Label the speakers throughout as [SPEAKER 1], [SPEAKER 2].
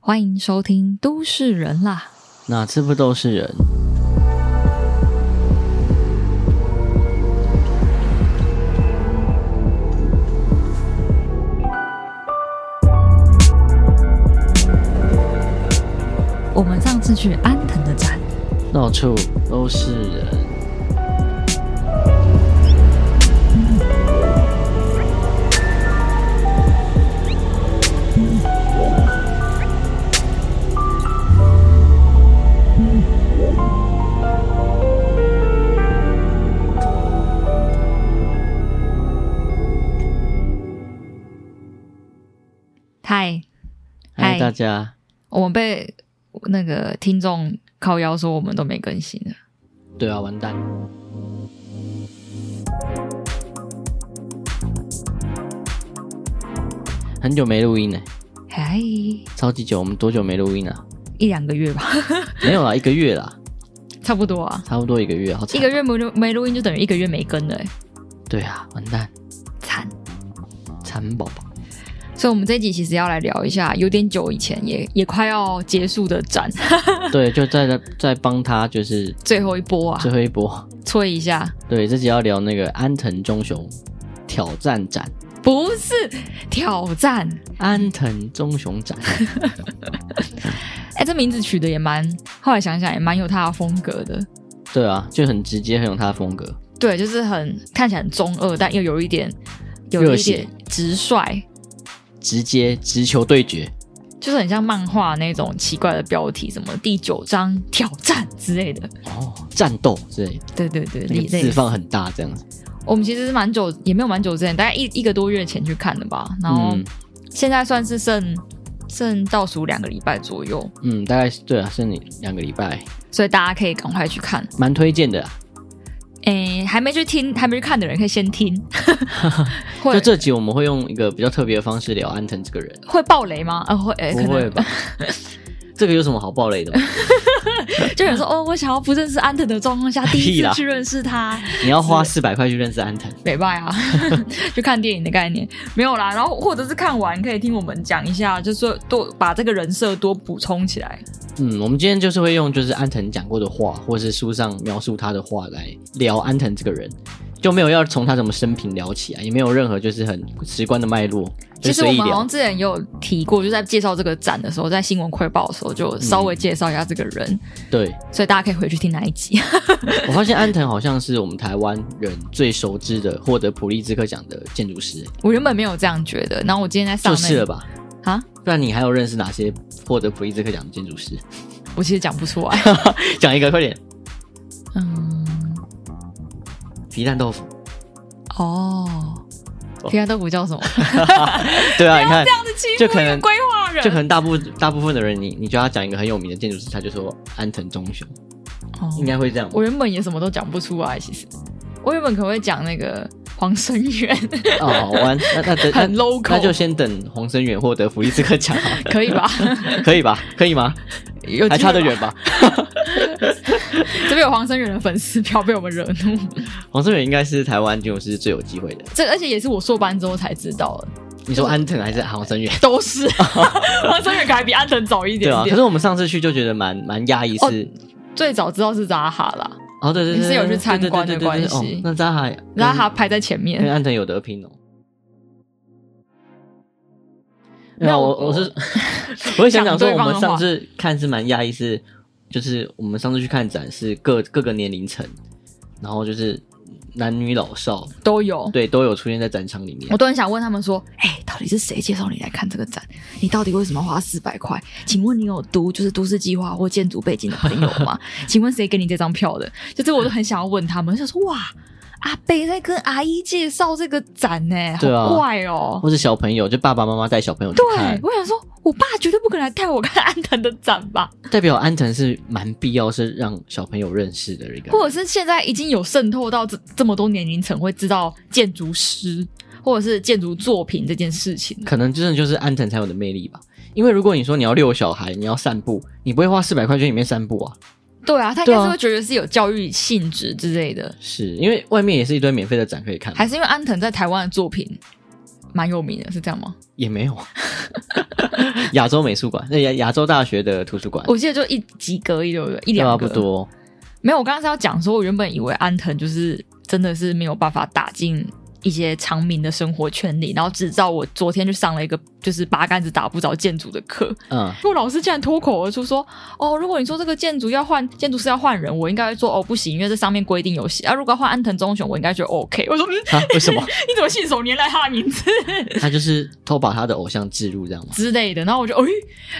[SPEAKER 1] 欢迎收听《都市人》啦！
[SPEAKER 2] 哪次不都是人？
[SPEAKER 1] 我们上次去安藤的展，
[SPEAKER 2] 到处都是人。
[SPEAKER 1] 嗨，嗨
[SPEAKER 2] 嗨，大家，
[SPEAKER 1] 我们被那个听众靠腰说我们都没更新了。
[SPEAKER 2] 对啊，完蛋。很久没录音呢、
[SPEAKER 1] 嗨，一
[SPEAKER 2] 超级久。我们多久没录音啊？
[SPEAKER 1] 两个月吧，
[SPEAKER 2] 没有啦，一个月啦，
[SPEAKER 1] 差不多啊。
[SPEAKER 2] 差不多一个月，好惨。
[SPEAKER 1] 一个月没录没录音，就等于一个月没更了、欸，
[SPEAKER 2] 对啊，完蛋，
[SPEAKER 1] 惨。
[SPEAKER 2] 惨宝宝。
[SPEAKER 1] 所以，我们这一集其实要来聊一下有点久以前也也快要结束的展，
[SPEAKER 2] 对，就在在帮他，就是
[SPEAKER 1] 最后一波啊
[SPEAKER 2] 最，后一波。
[SPEAKER 1] 催一下。
[SPEAKER 2] 对，这集要聊那个安藤忠雄挑战展，
[SPEAKER 1] 不是挑战，
[SPEAKER 2] 安藤忠雄展。
[SPEAKER 1] 哎、这名字取得也蛮，后来想想也蛮有他的风格的。
[SPEAKER 2] 对啊，就很直接，很有他的风格。
[SPEAKER 1] 对，就是很看起来很中二，但又有一点有
[SPEAKER 2] 热
[SPEAKER 1] 一
[SPEAKER 2] 血
[SPEAKER 1] 点直率，
[SPEAKER 2] 直接直球对决，
[SPEAKER 1] 就是很像漫画那种奇怪的标题，什么第九章挑战之类的。
[SPEAKER 2] 哦，战斗之类的，
[SPEAKER 1] 对对对，
[SPEAKER 2] 那
[SPEAKER 1] 类
[SPEAKER 2] 个字
[SPEAKER 1] 类似。
[SPEAKER 2] 放很大这样子。
[SPEAKER 1] 我们其实是蛮久，也没有蛮久之前，大概一一个多月前去看的吧。然后
[SPEAKER 2] 嗯
[SPEAKER 1] 现在算是剩剩倒数两个礼拜左右，
[SPEAKER 2] 嗯，大概是对啊，剩你两个礼拜，
[SPEAKER 1] 所以大家可以赶快去看。
[SPEAKER 2] 蛮推荐的啊。
[SPEAKER 1] 诶，还没去听、还没去看的人可以先 听。
[SPEAKER 2] 就
[SPEAKER 1] 会
[SPEAKER 2] 这集我们会用一个比较特别的方式聊安藤这个人，
[SPEAKER 1] 会爆雷吗？呃，会，诶，可
[SPEAKER 2] 不会
[SPEAKER 1] 能
[SPEAKER 2] 吧？ 这个有什么好爆雷 的吗？
[SPEAKER 1] 就有人说哦，我想要不认识安藤的状况下，第一
[SPEAKER 2] 屁
[SPEAKER 1] 次
[SPEAKER 2] 啦
[SPEAKER 1] 去认识他，
[SPEAKER 2] 你要花四百块去认识安藤，
[SPEAKER 1] 美拜啊， 就看电影的概念没有啦。然后或者是看完可以听我们讲一下，就是说多把这个人设多补充起来。
[SPEAKER 2] 嗯，我们今天就是会用就是安藤讲过的话，或是书上描述他的话来聊安藤这个人，就没有要从他什么生平聊起啊，也没有任何就是很直观的脉络，
[SPEAKER 1] 其
[SPEAKER 2] 就
[SPEAKER 1] 实
[SPEAKER 2] 随
[SPEAKER 1] 我
[SPEAKER 2] 意
[SPEAKER 1] 们好
[SPEAKER 2] 聊
[SPEAKER 1] 像。之前也有提过，就在介绍这个展的时候，在新闻快报的时候就稍微介绍一下这个人，
[SPEAKER 2] 对，
[SPEAKER 1] 所以大家可以回去听那一集。
[SPEAKER 2] 我发现安藤好像是我们台湾人最熟知的获得普利兹克奖的建筑师，
[SPEAKER 1] 我原本没有这样觉得，然后我今天在上
[SPEAKER 2] 就
[SPEAKER 1] 那
[SPEAKER 2] 是了吧？
[SPEAKER 1] 啊，
[SPEAKER 2] 不然你还有认识哪些获得普利兹克奖的建筑师？
[SPEAKER 1] 我其实讲不出来。
[SPEAKER 2] 讲一个，快点！
[SPEAKER 1] 嗯，
[SPEAKER 2] 皮蛋豆腐。
[SPEAKER 1] 哦，皮亚豆腐叫什么？
[SPEAKER 2] 对啊，你看，
[SPEAKER 1] 这
[SPEAKER 2] 就可能
[SPEAKER 1] 规划人，
[SPEAKER 2] 就可能大部大部分的人，你你叫他讲一个很有名的建筑师，他就说安藤忠雄，
[SPEAKER 1] 哦
[SPEAKER 2] 应该会这样吧。
[SPEAKER 1] 我原本也什么都讲不出来，其实我原本可能会讲那个黄生远，
[SPEAKER 2] 哦，好玩，那那等
[SPEAKER 1] 很
[SPEAKER 2] 那
[SPEAKER 1] local
[SPEAKER 2] 那就先等黄生远获得普利兹克奖 好了，
[SPEAKER 1] 可以吧？
[SPEAKER 2] 可以吧？可以吗？
[SPEAKER 1] 有
[SPEAKER 2] 还
[SPEAKER 1] 机
[SPEAKER 2] 差
[SPEAKER 1] 会
[SPEAKER 2] 得
[SPEAKER 1] 吧
[SPEAKER 2] 远吧？
[SPEAKER 1] 这边有黄生远的粉丝票被我们惹怒，
[SPEAKER 2] 黄生远应该是台湾建筑师最有机会的。
[SPEAKER 1] 这而且也是我硕班之后才知道的，
[SPEAKER 2] 你说安藤还是黄生远？
[SPEAKER 1] 都是 黄生远可能还比安藤早一
[SPEAKER 2] 对
[SPEAKER 1] 点
[SPEAKER 2] 啊，可
[SPEAKER 1] 点，
[SPEAKER 2] 是我们上次去就觉得蛮蛮压抑，
[SPEAKER 1] 哦
[SPEAKER 2] 是
[SPEAKER 1] 最早知道是扎哈啦，
[SPEAKER 2] 哦，对对
[SPEAKER 1] 你
[SPEAKER 2] 对，
[SPEAKER 1] 是
[SPEAKER 2] 对
[SPEAKER 1] 有去
[SPEAKER 2] 对
[SPEAKER 1] 参
[SPEAKER 2] 对对
[SPEAKER 1] 观
[SPEAKER 2] 对
[SPEAKER 1] 的
[SPEAKER 2] 对
[SPEAKER 1] 关
[SPEAKER 2] 对
[SPEAKER 1] 系
[SPEAKER 2] 哦那扎哈
[SPEAKER 1] 扎哈排在前
[SPEAKER 2] 跟跟
[SPEAKER 1] 面，
[SPEAKER 2] 安藤有得拼哦。
[SPEAKER 1] 没有
[SPEAKER 2] 没有，我
[SPEAKER 1] 我
[SPEAKER 2] 我是 我也想讲说，
[SPEAKER 1] 讲对
[SPEAKER 2] 我
[SPEAKER 1] 方的话
[SPEAKER 2] 们上次看是蛮压抑，是就是我们上次去看展是各各个年龄层，然后就是男女老少，
[SPEAKER 1] 都有。
[SPEAKER 2] 对，都有出现在展场里面
[SPEAKER 1] 哦我。都很想问他们说，哎、到底是谁介绍你来看这个展？你到底为什么花四百块？请问你有读就是都市计划或建筑背景的朋友 吗？请问谁给你这张票的？就是我都很想要问他们，我想说哇，阿贝在跟阿姨介绍这个展呢、
[SPEAKER 2] 对啊
[SPEAKER 1] 好怪哦、
[SPEAKER 2] 或是小朋友，就爸爸妈妈带小朋友去
[SPEAKER 1] 对
[SPEAKER 2] 看，，
[SPEAKER 1] 我想说，我爸绝对不可能来带我看安藤的展吧？
[SPEAKER 2] 代表安藤是蛮必要，是让小朋友认识的一个。
[SPEAKER 1] 或者是现在已经有渗透到这这么多年龄层会知道建筑师或者是建筑作品这件事情了
[SPEAKER 2] 可能真的就是安藤才有的魅力吧。因为如果你说你要遛小孩，你要散步，你不会花四百块去里面散步啊。
[SPEAKER 1] 对啊，他应该
[SPEAKER 2] 对
[SPEAKER 1] 是
[SPEAKER 2] 啊
[SPEAKER 1] 会觉得是有教育性质之类的，
[SPEAKER 2] 是因为外面也是一堆免费的展可以看，
[SPEAKER 1] 还是因为安藤在台湾的作品蛮有名的，是这样吗？
[SPEAKER 2] 也没有啊。 亚洲美术馆，那亚亚洲大学的图书馆，
[SPEAKER 1] 我记得就一及格一，对不对？一
[SPEAKER 2] 对吧？
[SPEAKER 1] 两
[SPEAKER 2] 不
[SPEAKER 1] 个。
[SPEAKER 2] 多，
[SPEAKER 1] 没有，我刚刚是要讲说，我原本以为安藤就是真的是没有办法打进一些常民的生活圈里，然后直到我昨天就上了一个就是八竿子打不着建筑的 课，
[SPEAKER 2] 嗯，
[SPEAKER 1] 因为我老师竟然脱口而出说：“哦，如果你说这个建筑要换建筑师要换人，我应该会说哦不行，因为这上面规定有写啊。如果要换安藤忠雄，我应该觉得 OK。”我说嗯：“
[SPEAKER 2] 啊，为什么？
[SPEAKER 1] 你怎么信手拈来他的名字
[SPEAKER 2] 他就是偷把他的偶像置入这样吗？
[SPEAKER 1] 之类的？”然后我就哦，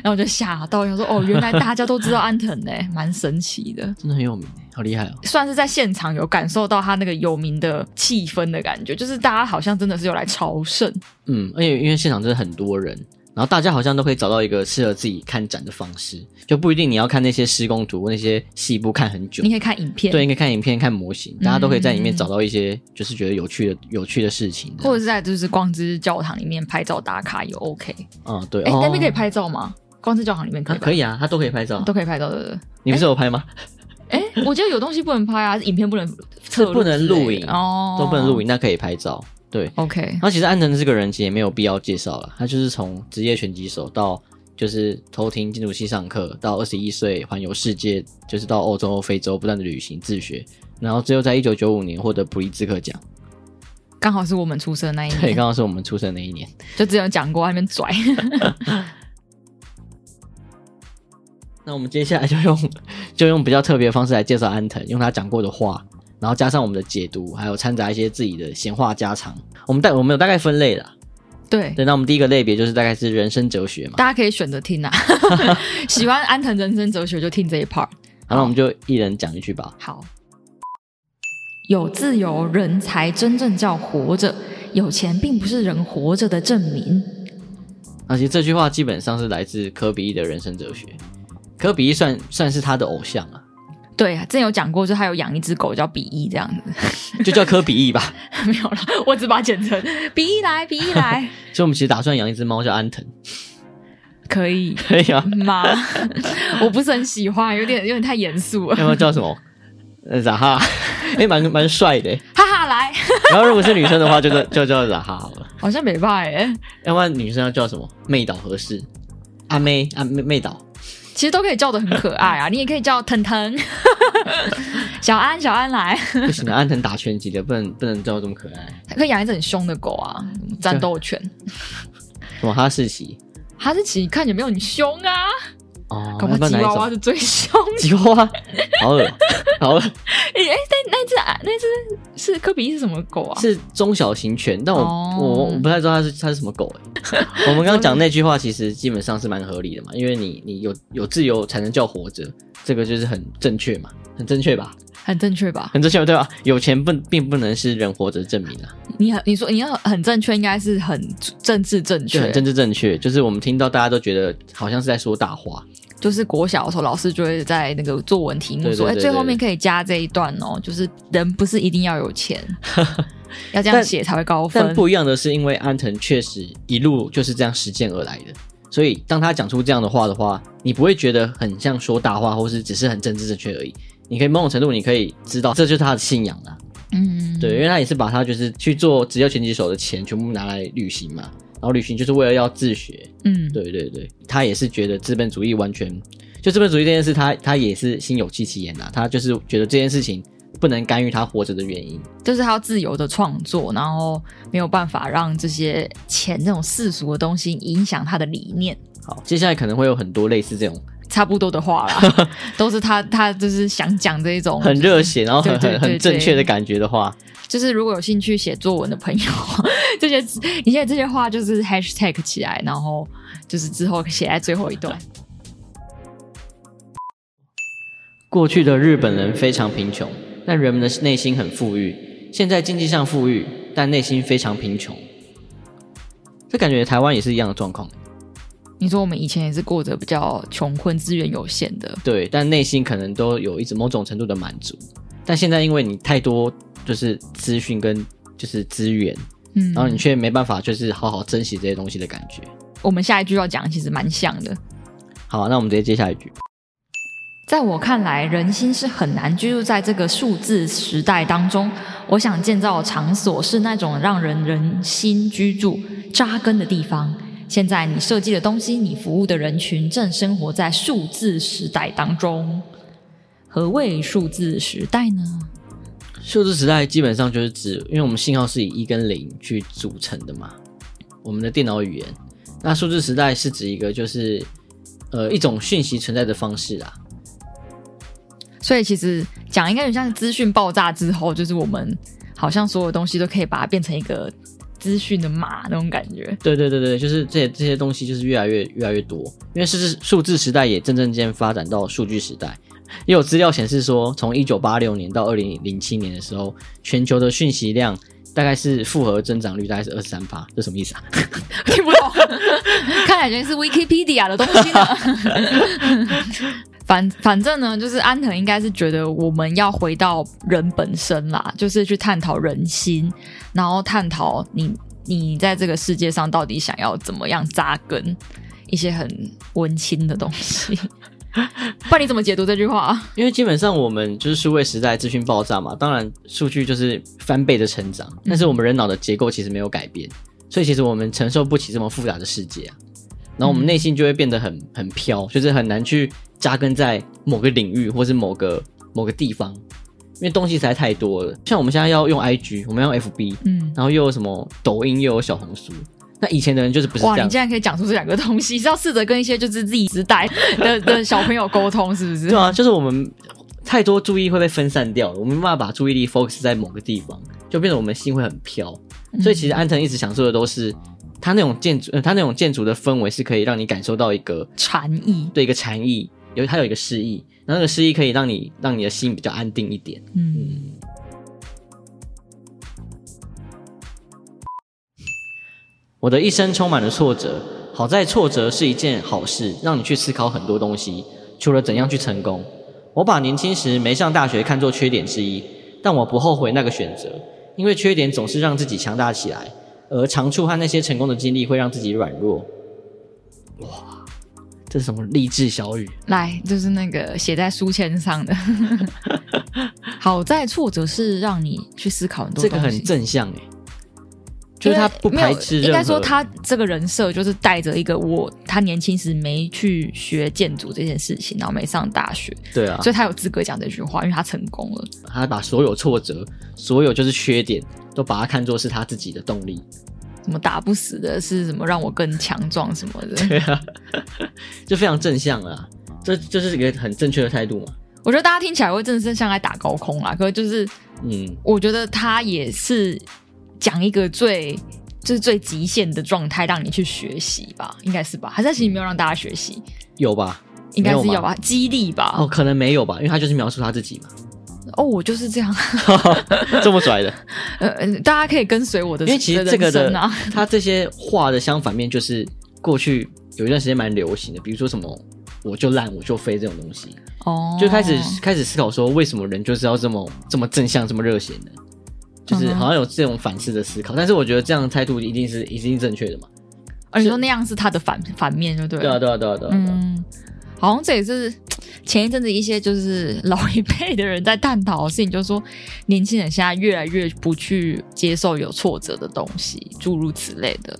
[SPEAKER 1] 然后我就吓到，想说：“ 哦，原来大家都知道安藤呢、蛮神奇的。”
[SPEAKER 2] 真的很有名，好厉害哦！
[SPEAKER 1] 算是在现场有感受到他那个有名的气氛的感觉，就是大家好像真的是有来朝圣。
[SPEAKER 2] 嗯，而且因为现场真的很多人，然后大家好像都可以找到一个适合自己看展的方式，就不一定你要看那些施工图、那些细部看很久
[SPEAKER 1] 你。可以看影片，
[SPEAKER 2] 对，，你可以看影片、看模型，大家都可以在里面
[SPEAKER 1] 嗯
[SPEAKER 2] 找到一些就是觉得有趣的、有趣的事情这样。
[SPEAKER 1] 或者是在就是光之教堂里面拍照打卡也 OK。
[SPEAKER 2] 嗯，对，
[SPEAKER 1] 哎、
[SPEAKER 2] 哦
[SPEAKER 1] 那边可以拍照吗？光之教堂里面可
[SPEAKER 2] 啊，
[SPEAKER 1] 以吧、
[SPEAKER 2] 可以啊，他都可以拍照
[SPEAKER 1] 都。可以拍照，对不对？
[SPEAKER 2] 你不是有拍吗？
[SPEAKER 1] 哎、 我记得有东西不能拍啊，影片不能侧
[SPEAKER 2] 不能
[SPEAKER 1] 之类的
[SPEAKER 2] 录影
[SPEAKER 1] 哦，
[SPEAKER 2] 都不能录影，那可以拍照。对，
[SPEAKER 1] OK，
[SPEAKER 2] 然后其实安藤这个人其实也没有必要介绍了，他就是从职业拳击手到就是偷听建筑系上课，到二十一岁环游世界，就是到欧洲、非洲不断的旅行自学，然后最后在一九九五年获得普利兹克奖。
[SPEAKER 1] 刚好是我们出生的那一
[SPEAKER 2] 对，
[SPEAKER 1] 年，
[SPEAKER 2] 刚好是我们出生那一年。
[SPEAKER 1] 就之前有讲过他那边拽。
[SPEAKER 2] 那我们接下来就用就用比较特别的方式来介绍安藤，用他讲过的话，然后加上我们的解读，还有掺杂一些自己的闲话家常。我们大我们有大概分类啦。
[SPEAKER 1] 对，
[SPEAKER 2] 对，那我们第一个类别就是大概是人生哲学嘛。
[SPEAKER 1] 大家可以选择 听啊，喜欢安藤人生哲学就听这一 part。
[SPEAKER 2] 好，那我们就一人讲一句吧。
[SPEAKER 1] 好，有自由，人才真正叫活着。有钱并不是人活着的证明。
[SPEAKER 2] 那其实这句话基本上是来自科比一的人生哲学。科比一算算是他的偶像啊，
[SPEAKER 1] 对啊，之前有讲过，就他有养一只狗叫比翼这样子，
[SPEAKER 2] 就叫科比一吧。
[SPEAKER 1] 没有了，我只把它简称 比翼来，比翼来，
[SPEAKER 2] 所以我们其实打算养一只猫叫安藤，
[SPEAKER 1] 可以
[SPEAKER 2] 可以吗？
[SPEAKER 1] 吗？ 我不是很喜欢，有点有点太严肃了，
[SPEAKER 2] 要不要叫什么？呃，扎 哈，哎、蛮蛮帅的欸。
[SPEAKER 1] 哈哈，来，
[SPEAKER 2] 然后如果是女生的话，就叫就叫扎哈好了。
[SPEAKER 1] 好像没办法耶，
[SPEAKER 2] 要不然女生要叫什么？妹岛合适？
[SPEAKER 1] 啊
[SPEAKER 2] 阿妹阿妹 妹岛，
[SPEAKER 1] 其实都可以叫的很可爱啊，你也可以叫腾 腾，小安，小安来，
[SPEAKER 2] 不行啊！安藤打拳击的，不能不能叫这么可爱。
[SPEAKER 1] 可以养一只很凶的狗啊，
[SPEAKER 2] 嗯
[SPEAKER 1] 战斗犬。
[SPEAKER 2] 什么哈士奇？
[SPEAKER 1] 哈士奇看起来没有你凶啊，
[SPEAKER 2] 哦，
[SPEAKER 1] 搞不
[SPEAKER 2] 要不
[SPEAKER 1] 好
[SPEAKER 2] 然
[SPEAKER 1] 吉
[SPEAKER 2] 哪一
[SPEAKER 1] 娃娃
[SPEAKER 2] 种？
[SPEAKER 1] 是最凶的。
[SPEAKER 2] 吉娃娃，好恶，好恶。
[SPEAKER 1] 哎、欸，那那只啊，那只是科比是什么狗啊？
[SPEAKER 2] 是中小型犬，但我、
[SPEAKER 1] 哦
[SPEAKER 2] 我我不太知道它是它是什么狗、 欸。我们刚刚讲那句话，其实基本上是蛮合理的嘛，因为你你有有自由才能叫活着，这个就是很正确嘛，很正确吧，
[SPEAKER 1] 很正确吧？
[SPEAKER 2] 很正确吧对吧？有钱不并不能是人活着证明啊，
[SPEAKER 1] 你很你说你要很正确，应该是很政治正确
[SPEAKER 2] 就很，政治正确，就是我们听到大家都觉得好像是在说大话，
[SPEAKER 1] 就是国小的时候，老师就会在那个作文题目
[SPEAKER 2] 对对
[SPEAKER 1] 说，哎、
[SPEAKER 2] 对
[SPEAKER 1] 最后
[SPEAKER 2] 对
[SPEAKER 1] 面可以加这一段哦，就是人不是一定要有 钱，要这样
[SPEAKER 2] 但
[SPEAKER 1] 写才会高
[SPEAKER 2] 但
[SPEAKER 1] 分。
[SPEAKER 2] 不一样的是，因为安藤确实一路就是这样实践而来的，所以当他讲出这样的话的话，你不会觉得很像说大话，或是只是很政治正确而已。你可以某种程度，你可以知道这就是他的信仰啦。
[SPEAKER 1] 嗯，
[SPEAKER 2] 对，因为他也是把他就是去做职业拳击手的钱全部拿来旅行嘛，然后旅行就是为了要自学。
[SPEAKER 1] 嗯，
[SPEAKER 2] 对对对，他也是觉得资本主义完全就资本主义这件事他，他也是心有戚戚焉呐、他就是觉得这件事情不能干预他活着的原因。
[SPEAKER 1] 就是他要自由的创作，然后没有办法让这些钱这种世俗的东西影响他的理念。
[SPEAKER 2] 好，接下来可能会有很多类似这种
[SPEAKER 1] 差不多的话啦， 都是他他就是想讲这一种
[SPEAKER 2] 很热血，然后很
[SPEAKER 1] 对对
[SPEAKER 2] 很
[SPEAKER 1] 对
[SPEAKER 2] 很正确的感觉的话，
[SPEAKER 1] 就是如果有兴趣写作文的朋友， 这些你现在这些话就是 hashtag 起来，然后就是之后写在最后一段。
[SPEAKER 2] 过去的日本人非常贫穷，但人们的内心很富裕。现在经济上富裕，但内心非常贫穷。这感觉台湾也是一样的状况，
[SPEAKER 1] 你说我们以前也是过着比较穷困、资源有限的，
[SPEAKER 2] 对，但内心可能都有一直某种程度的满足。但现在因为你太多就是资讯跟就是资源，
[SPEAKER 1] 嗯，
[SPEAKER 2] 然后你却没办法就是好好珍惜这些东西的感觉。
[SPEAKER 1] 我们下一句要讲其实蛮像的。
[SPEAKER 2] 好，那我们直接接下一句。
[SPEAKER 1] 在我看来，人心是很难居住在这个数字时代当中。我想建造的场所是那种让人人心居住、扎根的地方，现在你设计的东西，你服务的人群正生活在数字时代当中。何谓数字时代呢？
[SPEAKER 2] 数字时代基本上就是指，因为我们信号是以一跟零去组成的嘛，我们的电脑语言。那数字时代是指一个就是呃一种讯息存在的方式啊，
[SPEAKER 1] 所以其实讲应该有点像是资讯爆炸之后，就是我们好像所有东西都可以把它变成一个资讯的码那种感觉。
[SPEAKER 2] 对对对对，就是这些这些东西就是越来越越来越多，因为数字数字时代也正正间发展到数据时代。也有资料显示说，从一九八六年到二零零七年的时候，全球的讯息量大概是复合增长率大概是二十三趴，这什么意思啊？
[SPEAKER 1] 听不懂， 看起来是 Wikipedia 的东西呢。 反反正呢，就是安藤应该是觉得我们要回到人本身啦，就是去探讨人心，然后探讨你你在这个世界上到底想要怎么样扎根，一些很文青的东西。 不然你怎么解读这句话、啊？
[SPEAKER 2] 因为基本上我们就是数位时代资讯爆炸嘛，当然数据就是翻倍的成长，但是我们人脑的结构其实没有改变，所以其实我们承受不起这么复杂的世界啊。然后我们内心就会变得很很飘，就是很难去扎根在某个领域或是某个某个地方，因为东西实在太多了。像我们现在要用 IG，我们要用 FB，
[SPEAKER 1] 嗯，
[SPEAKER 2] 然后又有什么抖音，又有小红书。那以前的人就是不是这
[SPEAKER 1] 嗯哇，你
[SPEAKER 2] 样
[SPEAKER 1] 竟，然可以讲出这两个东西，是要试着跟一些就是自己时代的的小朋友沟通，是不是
[SPEAKER 2] 对？啊，就是我们太多注意会被分散掉了，我们没办法把注意力 focus 在某个地方，就变得我们心会很飘。
[SPEAKER 1] 嗯
[SPEAKER 2] 所以其实安藤一直享受的都是他那种建筑，呃他那种建筑的氛围是可以让你感受到一个
[SPEAKER 1] 禅意，
[SPEAKER 2] 对一个禅意，有它有一个诗意，然后那个诗意可以让你让你的心比较安定一点。
[SPEAKER 1] 嗯，
[SPEAKER 2] 嗯，我的一生充满了挫折，好在挫折是一件好事，让你去思考很多东西，除了怎样去成功。我把年轻时没上大学看作缺点之一，但我不后悔那个选择，因为缺点总是让自己强大起来，而长处和那些成功的经历会让自己软弱。哇，这是什么励志小语？
[SPEAKER 1] 来，就是那个写在书签上 的。好在挫折是让你去思考很多
[SPEAKER 2] 这
[SPEAKER 1] 东西，
[SPEAKER 2] 个很正向哎、就是他不
[SPEAKER 1] 因为没
[SPEAKER 2] 排
[SPEAKER 1] 有
[SPEAKER 2] 斥任何。
[SPEAKER 1] 应该说他这个人设就是带着一个我，他年轻时没去学建筑这件事情，然后没上大学，
[SPEAKER 2] 对啊，
[SPEAKER 1] 所以他有资格讲这句话，因为他成功了。
[SPEAKER 2] 他把所有挫折、所有就是缺点，都把它看作是他自己的动力。
[SPEAKER 1] 什么打不死的是什么让我更强壮什么的，
[SPEAKER 2] 对 啊，就非常正向啊，这这是一个很正确的态度嘛。
[SPEAKER 1] 我觉得大家听起来会真的是像在打高空啊啦。可是就是
[SPEAKER 2] 嗯，
[SPEAKER 1] 我觉得他也是讲一个最就是最极限的状态，让你去学习吧，应该是吧？还是他其实没有让大家学习，
[SPEAKER 2] 有吧？
[SPEAKER 1] 应该是
[SPEAKER 2] 没有
[SPEAKER 1] 有吧？
[SPEAKER 2] 吗
[SPEAKER 1] 激励吧？
[SPEAKER 2] 哦，
[SPEAKER 1] 哦
[SPEAKER 2] 可能没有吧，因为他就是描述他自己嘛，哦
[SPEAKER 1] 我就是这样，
[SPEAKER 2] 这么拽的。
[SPEAKER 1] 呃，呃大家可以跟随我的，
[SPEAKER 2] 因为其实这个
[SPEAKER 1] 的人
[SPEAKER 2] 的
[SPEAKER 1] 生啊，
[SPEAKER 2] 他这些话的相反面就是过去有一段时间蛮流行的，比如说什么“我就烂，我就飞”这种东西，
[SPEAKER 1] 哦，
[SPEAKER 2] 就开始、开始思考说，为什么人就是要这么这么正向、这么热血呢？就是
[SPEAKER 1] 嗯哼
[SPEAKER 2] 好像有这种反思的思考，但是我觉得这样的态度一定是一定是正确的嘛。
[SPEAKER 1] 而你说那样是他的反反面，就对了，
[SPEAKER 2] 对啊，对啊，对啊，对啊。对啊
[SPEAKER 1] 嗯，好像这也是前一阵子一些就是老一辈的人在探讨的事情，就是说年轻人现在越来越不去接受有挫折的东西，诸如此类的，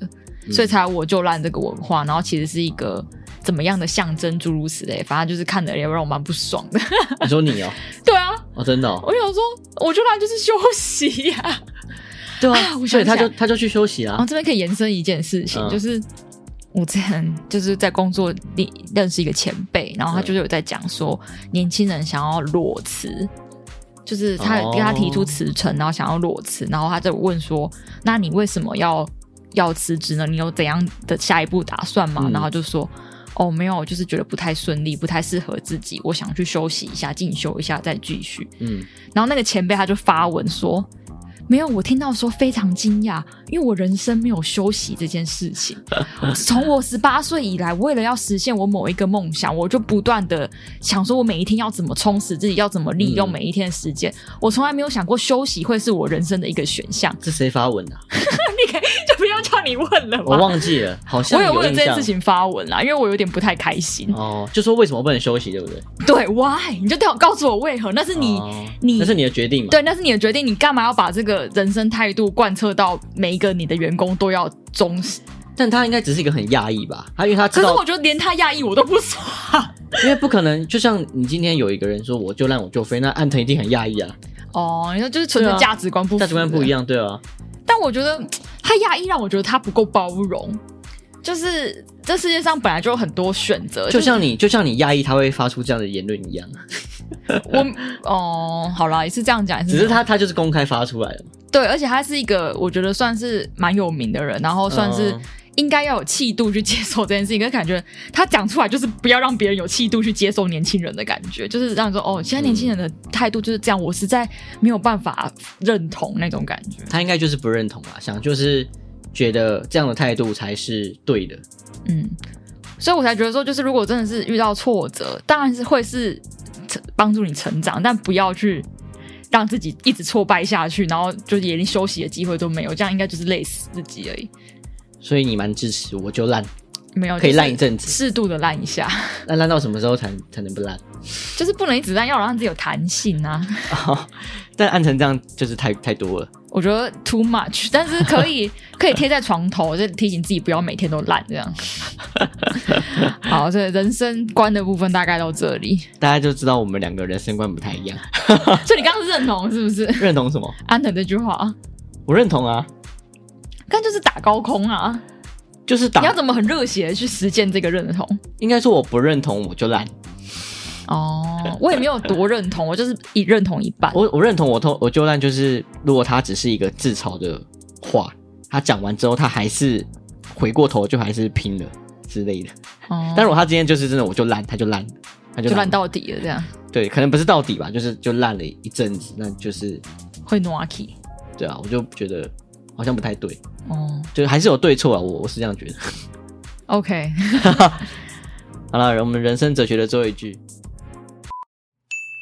[SPEAKER 1] 所以才有我就烂这个文化，然后其实是一个怎么样的象征，诸如此类，反正就是看的也让我蛮不爽的。
[SPEAKER 2] 你说你哦，
[SPEAKER 1] 对啊，
[SPEAKER 2] 哦，真的 哦，
[SPEAKER 1] 我想说我就烂就是休息呀、
[SPEAKER 2] 对
[SPEAKER 1] 啊我想
[SPEAKER 2] 所以他
[SPEAKER 1] 起来
[SPEAKER 2] 就他就去休息
[SPEAKER 1] 然后
[SPEAKER 2] 啦。
[SPEAKER 1] 哦这边可以延伸一件事情，
[SPEAKER 2] 啊嗯
[SPEAKER 1] 就是我之前就是在工作里认识一个前辈，然后他
[SPEAKER 2] 嗯
[SPEAKER 1] 就是有在讲说，年轻人想要裸辞，就是他
[SPEAKER 2] 哦
[SPEAKER 1] 跟他提出辞呈，然后想要裸辞，然后他就问说，那你为什么要要辞职呢？你有怎样的下一步打算吗？
[SPEAKER 2] 嗯
[SPEAKER 1] 然后就说。哦，没有，我就是觉得不太顺利，不太适合自己，我想去休息一下，进修一下，再继续。
[SPEAKER 2] 嗯，
[SPEAKER 1] 然后那个前辈他就发文说：“没有，我听到说非常惊讶，因为我人生没有休息这件事情。从我十八岁以来，为了要实现我某一个梦想，我就不断的想说，我每一天要怎么充实自己，要怎么利用
[SPEAKER 2] 嗯
[SPEAKER 1] 每一天的时间。我从来没有想过休息会是我人生的一个选 项。
[SPEAKER 2] 这谁发文的啊？
[SPEAKER 1] 就不要叫你问了吧。
[SPEAKER 2] 我忘记了，好像
[SPEAKER 1] 我有为了
[SPEAKER 2] 印
[SPEAKER 1] 这件
[SPEAKER 2] 象
[SPEAKER 1] 事情发文啦，因为我有点不太开心。
[SPEAKER 2] 哦，就说为什么不能休息，对不对？
[SPEAKER 1] 对，why？你就告告诉我为何？那是你，
[SPEAKER 2] 哦
[SPEAKER 1] 你
[SPEAKER 2] 那是你的决定嘛？
[SPEAKER 1] 对，那是你的决定，你干嘛要把这个人生态度贯彻到每一个你的员工都要忠实
[SPEAKER 2] 但他应该只是一个很讶异吧？他因为他知
[SPEAKER 1] 可是
[SPEAKER 2] 道
[SPEAKER 1] 我觉得连他压抑我都不爽，
[SPEAKER 2] 因为不可能，就像你今天有一个人说我就烂我就飞，那安藤一定很讶异啊，
[SPEAKER 1] 哦，你说就是纯
[SPEAKER 2] 对
[SPEAKER 1] 粹
[SPEAKER 2] 啊
[SPEAKER 1] 价值观不
[SPEAKER 2] 价值观
[SPEAKER 1] 符
[SPEAKER 2] 不一。样，对啊，
[SPEAKER 1] 但我觉得嗯他压抑让我觉得他不够包容，就是这世界上本来就有很多选择，
[SPEAKER 2] 就是像你就像你讶异他会发出这样的言论一样，
[SPEAKER 1] 我哦、好啦，也是这样讲，也
[SPEAKER 2] 只是他他就是公开发出来了，
[SPEAKER 1] 对，而且他是一个我觉得算是蛮有名的人，然后算是
[SPEAKER 2] 嗯
[SPEAKER 1] 应该要有气度去接受这件事情，跟感觉他讲出来就是不要让别人有气度去接受年轻人的感觉，就是让你说哦，现在年轻人的态度就是这样，我实在没有办法认同那种感觉。
[SPEAKER 2] 他应该就是不认同吧，啊想就是觉得这样的态度才是对的，
[SPEAKER 1] 嗯，所以我才觉得说，就是如果真的是遇到挫折，当然是会是成帮助你成长，但不要去让自己一直挫败下去，然后就是连休息的机会都没有，这样应该就是累死自己而已。
[SPEAKER 2] 所以你蛮支持我就烂，
[SPEAKER 1] 没有
[SPEAKER 2] 可以
[SPEAKER 1] 就是
[SPEAKER 2] 烂一阵子，
[SPEAKER 1] 适度的烂一下，
[SPEAKER 2] 那烂到什么时候才才能不烂？
[SPEAKER 1] 就是不能一直烂，要让自己有弹性啊。
[SPEAKER 2] 但安藤这样就是太太多了，
[SPEAKER 1] 我觉得 too much，但是可 以可以贴在床头，就提醒自己不要每天都烂这 样。好，所以人生观的部分大概到这里。
[SPEAKER 2] 大家就知道我们两个人生观不太一样，
[SPEAKER 1] 所以你刚刚是认同是不是？
[SPEAKER 2] 认同什么？
[SPEAKER 1] 安藤这句话，
[SPEAKER 2] 我认同啊，
[SPEAKER 1] 但就是打高空啊！
[SPEAKER 2] 就是
[SPEAKER 1] 你要
[SPEAKER 2] 打，
[SPEAKER 1] 怎么很热血的去实践这个认同？
[SPEAKER 2] 应该说我不认同我就烂。
[SPEAKER 1] 哦，我也没有多认同，我就是一认同一半。
[SPEAKER 2] 我我认同我偷我就烂，就是如果他只是一个自嘲的话，他讲完之后他还是回过头就还是拼了之类的。
[SPEAKER 1] 哦
[SPEAKER 2] 但，如果他今天就是真的我就烂，他就烂，他就
[SPEAKER 1] 就烂
[SPEAKER 2] 到
[SPEAKER 1] 到底了，这样
[SPEAKER 2] 对，可能不是到底吧，就是就烂了一阵子，那就是
[SPEAKER 1] 会 n o k
[SPEAKER 2] 对啊，我就觉得好像不太对，
[SPEAKER 1] 哦
[SPEAKER 2] 就是还是有对错啊，我我是这样觉得。
[SPEAKER 1] ，OK，
[SPEAKER 2] 好了，我们人生哲学的最后一句，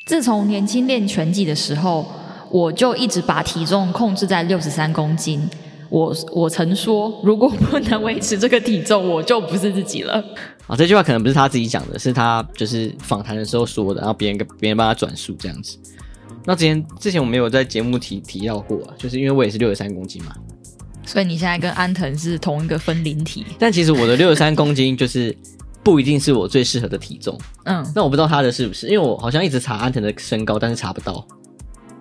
[SPEAKER 1] 自从年轻练拳击的时候，我就一直把体重控制在六十三公斤。我我曾说，如果不能维持这个体重，我就不是自己了。
[SPEAKER 2] 啊，这句话可能不是他自己讲的，是他就是访谈的时候说的，然后别人跟别人帮他转述这样子。那之前之前我们有在节目提提到过啊，就是因为我也是六十三公斤嘛，
[SPEAKER 1] 所以你现在跟安藤是同一个分灵体。
[SPEAKER 2] 但其实我的六十三公斤就是不一定是我最适合的体重。
[SPEAKER 1] 嗯，
[SPEAKER 2] 那我不知道他的是不是，因为我好像一直查安藤的身高，但是查不到，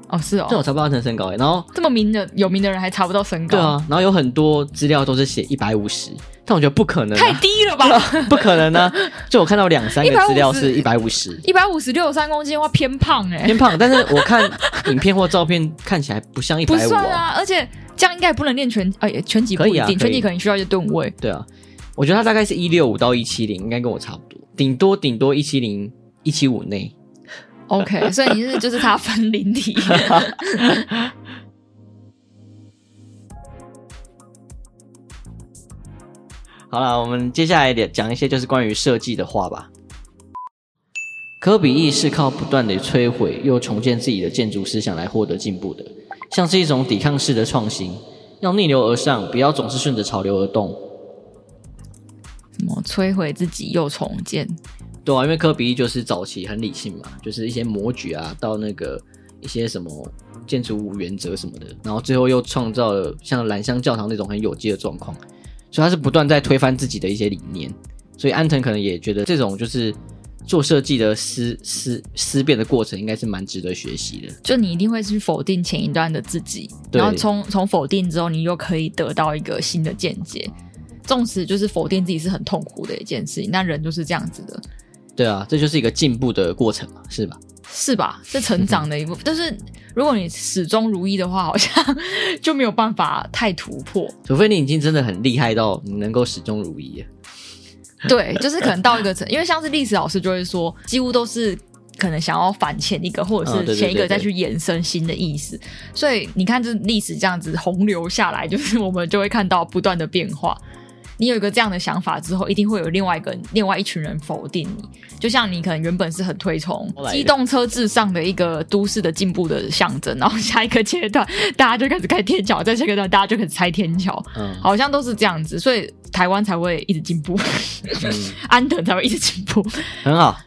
[SPEAKER 1] 哦，是
[SPEAKER 2] 但
[SPEAKER 1] 哦，
[SPEAKER 2] 我查不到安藤身高、欸、然后
[SPEAKER 1] 这么名的有名的人还查不到身高，
[SPEAKER 2] 对啊，然后有很多资料都是写一百五十，但我觉得不可能、
[SPEAKER 1] 太
[SPEAKER 2] 啊，
[SPEAKER 1] 低了吧？
[SPEAKER 2] 不可能呢、啊。就我看到两三个资料是一百五
[SPEAKER 1] 150
[SPEAKER 2] 十，
[SPEAKER 1] 一百五十六三公斤的话偏胖哎、
[SPEAKER 2] 偏胖，但是我看影片或照片看起来不像一
[SPEAKER 1] 不
[SPEAKER 2] 百五哦
[SPEAKER 1] 算啊，而且这样应该也不能练拳，哎、拳击不
[SPEAKER 2] 可以
[SPEAKER 1] 一
[SPEAKER 2] 啊
[SPEAKER 1] 定，
[SPEAKER 2] 可以
[SPEAKER 1] 拳击可能需要一些吨位。
[SPEAKER 2] 对啊，我觉得他大概是一六五到一七零，应该跟我差不多，顶多顶多一七零一七五内。
[SPEAKER 1] OK，所以你是就是他分灵体。
[SPEAKER 2] 好了，我们接下来聊讲一些就是关于设计的话吧。科比意是靠不断的摧毁又重建自己的建筑思想来获得进步的，像是一种抵抗式的创新，要逆流而上，不要总是顺着潮流而动。
[SPEAKER 1] 什么摧毁自己又重建，
[SPEAKER 2] 对啊，因为科比就是早期很理性嘛，就是一些模举啊，到那个一些什么建筑物原则什么的，然后最后又创造了像兰香教堂那种很有机的状况，所以他是不断在推翻自己的一些理念。所以安藤可能也觉得这种就是做设计的思思思辨的过程，应该是蛮值得学习的。
[SPEAKER 1] 就你一定会去否定前一段的自己，
[SPEAKER 2] 对
[SPEAKER 1] 然后从从否定之后，你又可以得到一个新的见解。纵使就是否定自己是很痛苦的一件事情，但人就是这样子的，
[SPEAKER 2] 对啊，这就是一个进步的过程嘛，是吧？
[SPEAKER 1] 是吧？是成长的一部分。但是如果你始终如一的话，好像 就没有办法太突破。
[SPEAKER 2] 除非你已经真的很厉害到你能够始终如一了。
[SPEAKER 1] 对，就是可能到一个程，因为像是历史老师就会说，几乎都是可能想要反前一个，或
[SPEAKER 2] 嗯
[SPEAKER 1] 者
[SPEAKER 2] 对
[SPEAKER 1] 是
[SPEAKER 2] 对
[SPEAKER 1] 前一
[SPEAKER 2] 对
[SPEAKER 1] 个
[SPEAKER 2] 对
[SPEAKER 1] 再去延伸新的意思。所以你看，这历史这样子洪流下来，就是我们就会看到不断的变化。你有一个这样的想法之后，一定会有另外一个人另外一群人否定你。就像你可能原本是很推崇
[SPEAKER 2] 后来的
[SPEAKER 1] 机动车至上的一个都市的进步的象征，然后下一个阶段大家就开始盖天桥，在下一个阶段大家就开始拆天桥，
[SPEAKER 2] 嗯，
[SPEAKER 1] 好像都是这样子，所以台湾才会一直进步， 安藤才会一直进步。
[SPEAKER 2] 很好。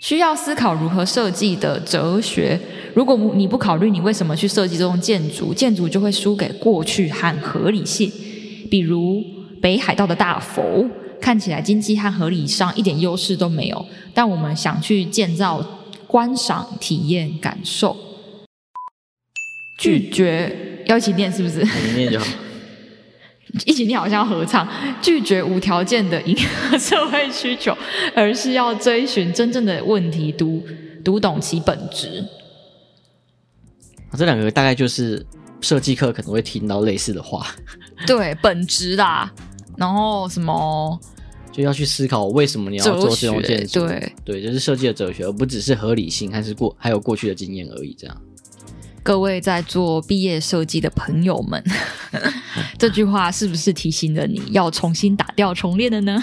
[SPEAKER 1] 需要思考如何设计的哲学，如果你不考虑你为什么去设计这栋建筑，建筑就会输给过去和合理性。比如北海道的大佛，看起来经济和合理上一点优势都没有，但我们想去建造观赏、体验、感受。拒绝要一起念是不是？
[SPEAKER 2] 里面就好。
[SPEAKER 1] 一起念好像要合唱，拒绝无条件的迎合社会需求，而是要追寻真正的问题，读读懂其本质。
[SPEAKER 2] 啊这两个大概就是设计课可能会听到类似的话，
[SPEAKER 1] 对，本质啦。然后什么
[SPEAKER 2] 就要去思考为什么你要
[SPEAKER 1] 哲
[SPEAKER 2] 做这
[SPEAKER 1] 学
[SPEAKER 2] 种建？筑。
[SPEAKER 1] 对，
[SPEAKER 2] 对，就是设计的哲学，而不只是合理性，还是过还有过去的经验而已。这样，
[SPEAKER 1] 各位在做毕业设计的朋友们， 这句话是不是提醒了你要重新打掉重练的呢？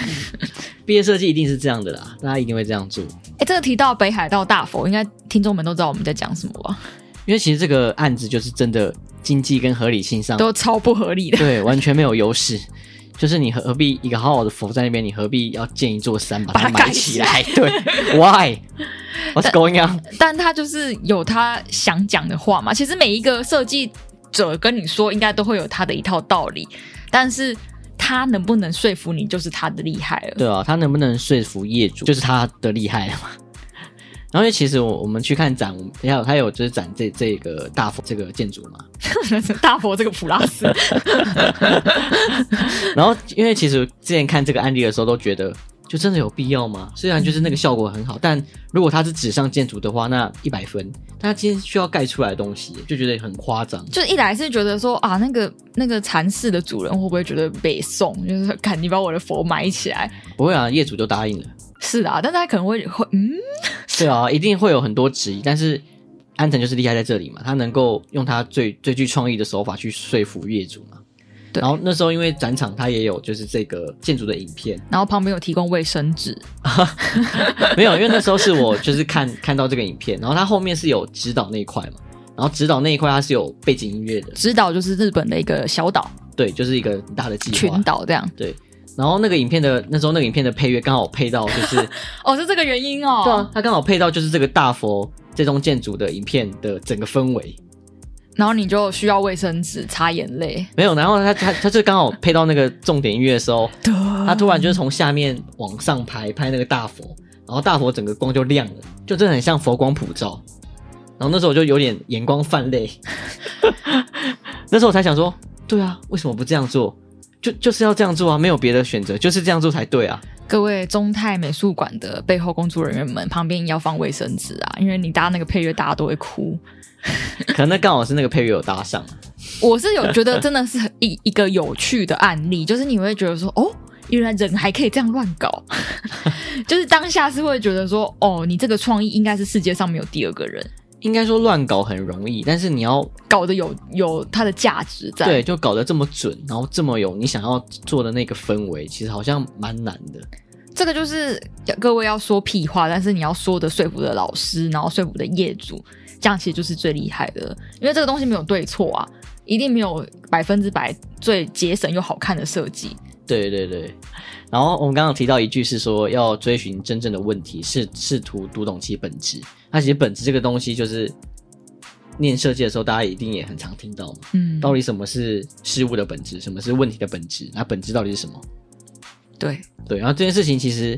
[SPEAKER 2] 毕业设计一定是这样的啦，大家一定会这样做。
[SPEAKER 1] 哎，这个提到北海道大佛，应该听众们都知道我们在讲什么吧？
[SPEAKER 2] 因为其实这个案子就是真的经济跟合理性上
[SPEAKER 1] 都超不合理的。
[SPEAKER 2] 对完全没有优势，就是你何必一个好好的佛在那边，你何必要建一座山把
[SPEAKER 1] 把它
[SPEAKER 2] 它埋
[SPEAKER 1] 盖起
[SPEAKER 2] 起来？ 对，Why？What's going on？
[SPEAKER 1] 但他就是有他想讲的话嘛。其实每一个设计者跟你说，应该都会有他的一套道理，但是他能不能说服你，就是他的厉害了。
[SPEAKER 2] 对啊，他能不能说服业主，就是他的厉害了嘛。然后因为其实我我们去看展，我们还有他有就是展这这个大佛这个建筑嘛。
[SPEAKER 1] 大佛这个普拉 斯，
[SPEAKER 2] 然后因为其实之前看这个案例的时候都觉得，就真的有必要吗？虽然就是那个效果很好，但如果它是纸上建筑的话，那一百分。但它今天需要盖出来的东西，就觉得很夸张。
[SPEAKER 1] 就一来是觉得说啊，那个那个禅寺的主人会不会觉得被送，就是赶你把我的佛埋起来？
[SPEAKER 2] 不会啊，业主就答应了。
[SPEAKER 1] 是啊，但是他可能会会嗯，
[SPEAKER 2] 对啊，一定会有很多质疑，但是安藤就是厉害在这里嘛，他能够用他最最具创意的手法去说服业主嘛。
[SPEAKER 1] 对
[SPEAKER 2] 然后那时候因为展场他也有就是这个建筑的影片，
[SPEAKER 1] 然后旁边有提供卫生纸，
[SPEAKER 2] 没有，因为那时候是我就是看 看到这个影片，然后他后面是有指导那一块嘛，然后指导那一块它是有背景音乐的，
[SPEAKER 1] 直岛就是日本的一个小岛
[SPEAKER 2] 对，就是一个很大的计划
[SPEAKER 1] 群。岛这样。
[SPEAKER 2] 对，然后那个影片的那时候那个影片的配乐刚好配到 就是
[SPEAKER 1] 哦，是这个原因哦。
[SPEAKER 2] 对啊，它刚好配到就是这个大佛这栋建筑的影片的整个氛围。
[SPEAKER 1] 然后你就需要卫生纸擦眼泪。
[SPEAKER 2] 没有，然后他他他就刚好配到那个重点音乐的时候，
[SPEAKER 1] 对，
[SPEAKER 2] 他突然就是从下面往上拍拍那个大佛，然后大佛整个光就亮了，就真的很像佛光普照。然后那时候我就有点眼光泛泪，那时候我才想说，对啊，为什么不这样做？就就是要这样做啊，没有别的选择，就是这样做才对啊。
[SPEAKER 1] 各位中泰美术馆的背后工作人员们，旁边要放卫生纸啊，因为你搭那个配乐，大家都会哭。
[SPEAKER 2] 可能那刚好是那个配乐有搭上，
[SPEAKER 1] 我是有觉得真的是很一一个有趣的案例，就是你会觉得说，哦，原来人还可以这样乱搞， 就是当下是会觉得说，哦，你这个创意应该是世界上没有第二个人
[SPEAKER 2] 应该说乱搞很容易，但是你要
[SPEAKER 1] 搞得有有它的价值在。
[SPEAKER 2] 对，就搞得这么准，然后这么有你想要做的那个氛围，其实好像蛮难的。
[SPEAKER 1] 这个就是呃各位要说屁话，但是你要说的说服的老师，然后说服的业主，这样其实就是最厉害的了，因为这个东西没有对错啊，一定没有百分之百最节省又好看的设计。
[SPEAKER 2] 对对对，然后我们刚刚有提到一句是说要追寻真正的问题，是试图读懂其本质。那其实本质这个东西，就是念设计的时候，大家一定也很常听到嘛。
[SPEAKER 1] 嗯，
[SPEAKER 2] 到底什么是事物的本质，什么是问题的本质？那本质到底是什么？
[SPEAKER 1] 对，
[SPEAKER 2] 对，然后这件事情其实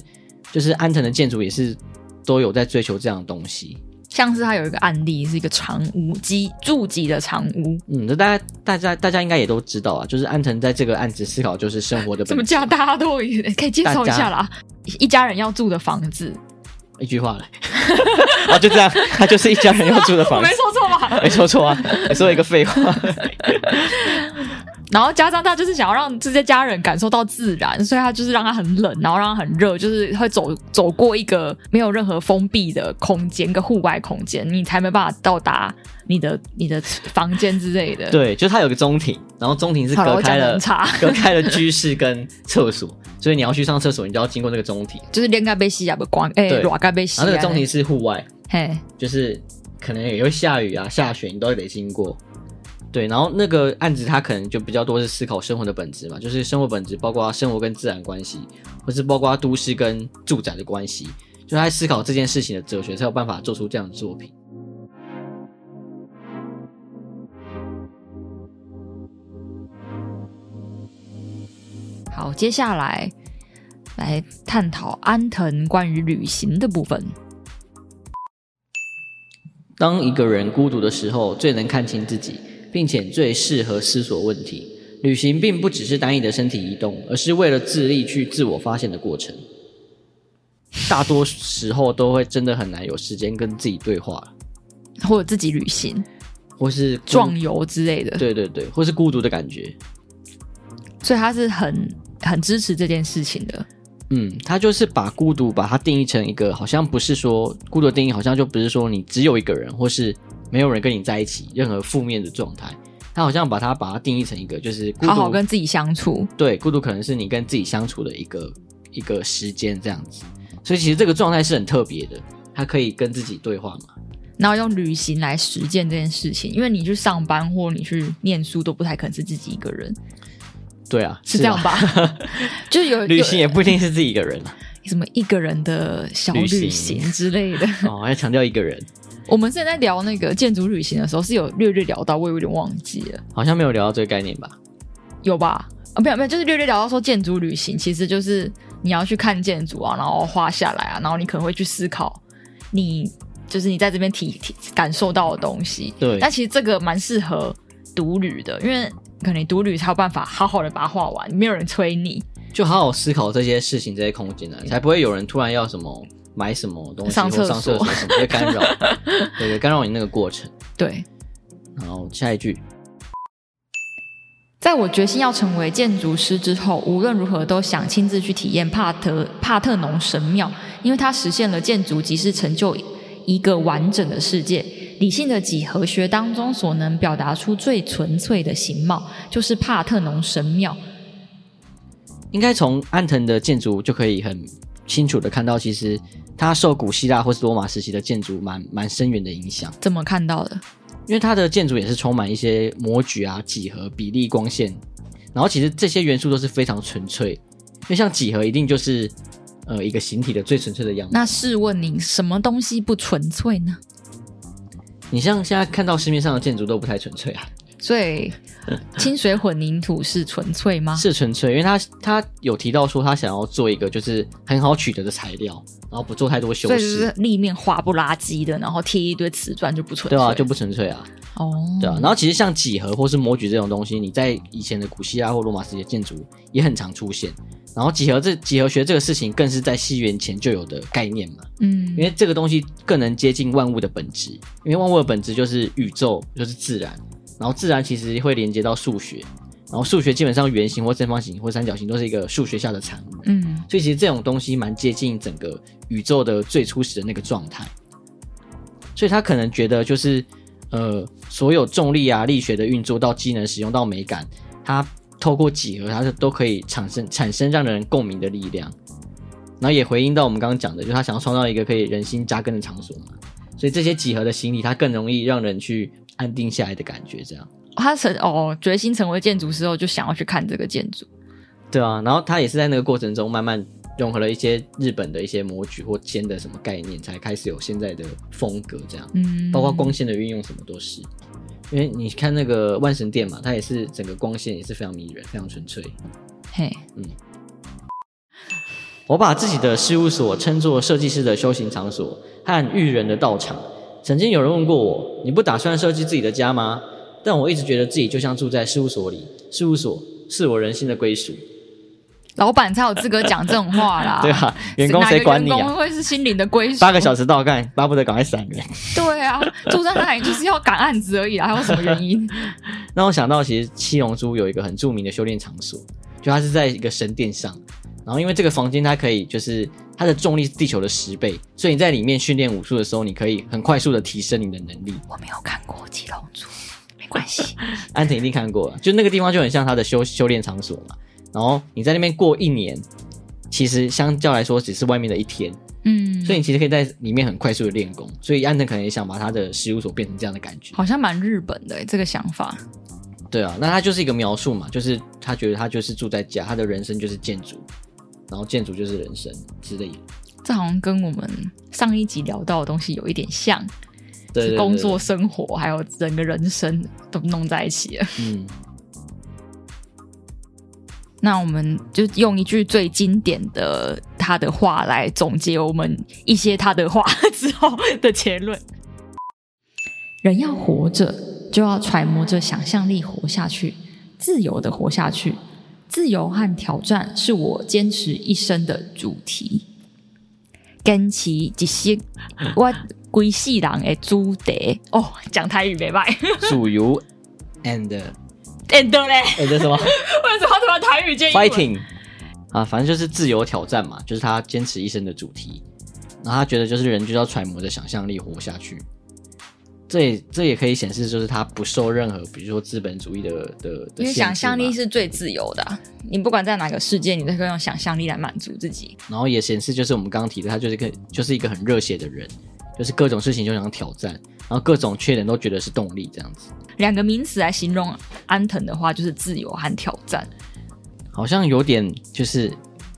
[SPEAKER 2] 就是安藤的建筑也是都有在追求这样的东西。
[SPEAKER 1] 像是它有一个案例是一个长屋基住级的长屋，
[SPEAKER 2] 嗯，这大家大家大家应该也都知道啊，就是安藤在这个案子思考就是生活的
[SPEAKER 1] 怎
[SPEAKER 2] 本
[SPEAKER 1] 么
[SPEAKER 2] 质。
[SPEAKER 1] 叫大家都有可以介绍一下啦，一家人要住的房子，
[SPEAKER 2] 一句话了， 然后就这样，他就是一家人要住的
[SPEAKER 1] 我
[SPEAKER 2] 房
[SPEAKER 1] 没
[SPEAKER 2] 子。
[SPEAKER 1] 说错 吧？
[SPEAKER 2] 没说错啊，你说一个废话。
[SPEAKER 1] 然后加上他就是想要让这些家人感受到自然，所以他就是让他很冷，然后让他很热，就是会走走过一个没有任何封闭的空间，一个户外空间，你才没办法到达你的你的房间之类的。，
[SPEAKER 2] 对，就是它有个中庭，然后中庭是
[SPEAKER 1] 好了
[SPEAKER 2] 隔
[SPEAKER 1] 我讲
[SPEAKER 2] 开
[SPEAKER 1] 得
[SPEAKER 2] 了
[SPEAKER 1] 很差
[SPEAKER 2] 隔开了居室跟厕所，所以你要去上厕所，你就要经过那个中庭。
[SPEAKER 1] 就是连盖被吸啊，不光哎，
[SPEAKER 2] 对
[SPEAKER 1] 软盖被吸啊。
[SPEAKER 2] 然后那个中庭是户外，
[SPEAKER 1] 嘿，
[SPEAKER 2] 就是可能也会下雨啊、下雪，你都得经过。对，然后那个案子它可能就比较多是思考生活的本质嘛，就是生活本质包括生活跟自然关系，或是包括都市跟住宅的关系，就他在思考这件事情的哲学，才有办法做出这样的作品。
[SPEAKER 1] 好，好，接下来来探讨安藤关于旅行的部分。
[SPEAKER 2] 当一个人孤独的时候，最能看清自己，并且最适合思索问题。旅行并不只是单一的身体移动，而是为了自立去自我发现的过程。大多时候都会真的很难有时间跟自己对话，
[SPEAKER 1] 或者自己旅行、
[SPEAKER 2] 或是孤
[SPEAKER 1] 壮游之类的，
[SPEAKER 2] 对对对，或是孤独的感觉。
[SPEAKER 1] 所以他是很很支持这件事情的。
[SPEAKER 2] 嗯，他就是把孤独把它定义成一个，好像不是说孤独的定义，好像就不是说你只有一个人，或是没有人跟你在一起，任何负面的状态。他好像把它把它定义成一个，就是孤独
[SPEAKER 1] 好好跟自己相处，
[SPEAKER 2] 对孤独可能是你跟自己相处的一个一个时间这样子。所以其实这个状态是很特别的，他可以跟自己对话嘛。
[SPEAKER 1] 然后用旅行来实践这件事情。因为你去上班或你去念书都不太可能是自己一个人，
[SPEAKER 2] 对啊，
[SPEAKER 1] 是
[SPEAKER 2] 啊
[SPEAKER 1] 这样？吧？ 就是有
[SPEAKER 2] 旅行
[SPEAKER 1] 有
[SPEAKER 2] 也不一定是自己一个人 啊。
[SPEAKER 1] 什么一个人的小
[SPEAKER 2] 旅行
[SPEAKER 1] 旅行之类的。
[SPEAKER 2] 哦，要强调一个人，
[SPEAKER 1] 我们之前在聊那个建筑旅行的时候，是有略略聊到，我有点忘记了，
[SPEAKER 2] 好像没有聊到这个概念吧？
[SPEAKER 1] 有吧？啊，没有没有，就是略略聊到说建筑旅行其实就是你要去看建筑啊，然后画下来啊，然后你可能会去思考你就是你在这边体体感受到的东西。
[SPEAKER 2] 对
[SPEAKER 1] 但其实这个蛮适合独旅的，因为可能你独旅才有办法好好的把它画完，没有人催你。
[SPEAKER 2] 就好好思考这些事情、这些空间啊，才不会有人突然要什么买什么东西
[SPEAKER 1] 上
[SPEAKER 2] 或
[SPEAKER 1] 厕
[SPEAKER 2] 上厕
[SPEAKER 1] 所
[SPEAKER 2] 所什么，会干扰，对对，干扰你那个过程。
[SPEAKER 1] 对，
[SPEAKER 2] 然后下一句，
[SPEAKER 1] 在我决心要成为建筑师之后，无论如何都想亲自去体验帕特帕特农神庙，因为它实现了建筑即是成就一个完整的世界。理性的几何学当中所能表达出最纯粹的形貌，就是帕特农神庙。
[SPEAKER 2] 应该从安藤的建筑就可以很清楚的看到，其实它受古希腊或是罗马时期的建筑蛮蛮深远的影响，
[SPEAKER 1] 怎么看到的？
[SPEAKER 2] 因为它的建筑也是充满一些模具啊、几何、比例、光线，然后其实这些元素都是非常纯粹，因为像几何一定就是呃一个形体的最纯粹的样子。
[SPEAKER 1] 那试问你，什么东西不纯粹呢？
[SPEAKER 2] 你像现在看到市面上的建筑都不太纯粹啊。
[SPEAKER 1] 所以，清水混凝土是纯粹吗？
[SPEAKER 2] 是纯粹，因为他他有提到说他想要做一个就是很好取得的材料，然后不做太多修
[SPEAKER 1] 所以就
[SPEAKER 2] 饰
[SPEAKER 1] 是，立面花不拉几的，然后贴一堆瓷砖就不纯粹。
[SPEAKER 2] 对啊，就不纯粹啊，
[SPEAKER 1] 哦，
[SPEAKER 2] 对啊。然后其实像几何或是模具这种东西，你在以前的古希腊或罗马时期的建筑也很常出现。然后几何这几何学这个事情更是在西元前就有的概念嘛，
[SPEAKER 1] 嗯
[SPEAKER 2] 因为这个东西更能接近万物的本质，因为万物的本质就是宇宙，就是自然，然后自然其实会连接到数学，然后数学基本上圆形或正方形或三角形都是一个数学下的产物。
[SPEAKER 1] 嗯，
[SPEAKER 2] 所以其实这种东西蛮接近整个宇宙的最初始的那个状态。所以他可能觉得就是呃，所有重力啊、力学的运作到机能使用到美感，它透过几何，它是都可以产生产生让人共鸣的力量。然后也回应到我们刚刚讲的，就是他想要创造一个可以人心扎根的场所嘛。所以这些几何的形体，它更容易让人去安定下来的感觉，这样。
[SPEAKER 1] 他成哦决心成为建筑师后，就想要去看这个建筑。
[SPEAKER 2] 对啊，然后他也是在那个过程中慢慢融合了一些日本的一些模具或铅的什么概念，才开始有现在的风格这样。
[SPEAKER 1] 嗯，
[SPEAKER 2] 包括光线的运用，什么都是。因为你看那个万神殿嘛，它也是整个光线也是非常迷人，非常纯粹。
[SPEAKER 1] 嘿，
[SPEAKER 2] 我把自己的事务所称作设计师的修行场所和育人的道场。曾经有人问过我：“你不打算设计自己的家吗？”但我一直觉得自己就像住在事务所里，事务所是我人心的归属。
[SPEAKER 1] 老板才有资格讲这种话啦。
[SPEAKER 2] 对啊，员工
[SPEAKER 1] 哪个
[SPEAKER 2] 谁管你
[SPEAKER 1] 员
[SPEAKER 2] 啊
[SPEAKER 1] 工？会是心灵的归属。
[SPEAKER 2] 八个小时到干，巴不得赶快闪人。
[SPEAKER 1] 对啊，住在那里就是要赶案子而已啊，还有什么原 因？
[SPEAKER 2] 让我想到，其实七龙珠有一个很著名的修炼场所，就它是在一个神殿上，然后因为这个房间它可以就是它的重力是地球的十倍，所以你在里面训练武术的时候，你可以很快速的提升你的能力。
[SPEAKER 1] 我没有看过《七龙珠》，没关系。
[SPEAKER 2] 安藤一定看过了，啊就那个地方就很像他的修修炼场所嘛。然后你在那边过一年，其实相较来说只是外面的一天，
[SPEAKER 1] 嗯，
[SPEAKER 2] 所以你其实可以在里面很快速的练功。所以安藤可能也想把他的事务所变成这样的感觉。
[SPEAKER 1] 好像蛮日本的、欸、这个想法。
[SPEAKER 2] 对啊，那他就是一个描述嘛，就是他觉得他就是住在家，他的人生就是建筑，然后建筑就是人生之类的。
[SPEAKER 1] 这好像跟我们上一集聊到的东西有一点像，
[SPEAKER 2] 对对
[SPEAKER 1] 是
[SPEAKER 2] 对
[SPEAKER 1] 工作、生活还有整个人生都弄在一起了。
[SPEAKER 2] 嗯。
[SPEAKER 1] 那我们就用一句最经典的他的话来总结我们一些他的话之后的结论：人要活着，就要揣摩着想象力活下去，自由的活下去。自由和挑战是我坚持一生的主题。坚持一生，我规世人的主 题。哦，讲台语没 歹。
[SPEAKER 2] 主游 and
[SPEAKER 1] and 嘞，
[SPEAKER 2] and 什么
[SPEAKER 1] 为什么突然台语建议
[SPEAKER 2] fighting 啊，反正就是自由挑战嘛，就是他坚持一生的主题。然后他觉得就是人就要揣摩着想象力活下去，这也这也可以显示就是他不受任何比如说资本主义的的的
[SPEAKER 1] 因为
[SPEAKER 2] 限制嘛
[SPEAKER 1] 想象力是最自由的啊、你不管在哪个世界，你都可以用想象力来满足自己。
[SPEAKER 2] 然后也显示就是我们刚刚提的，他就是一个就是一个很热血的人，就是各种事情就想挑战，然后各种缺点都觉得是动力这样子。
[SPEAKER 1] 两个名词来形容安藤的话，就是自由和挑战。
[SPEAKER 2] 好像有点就是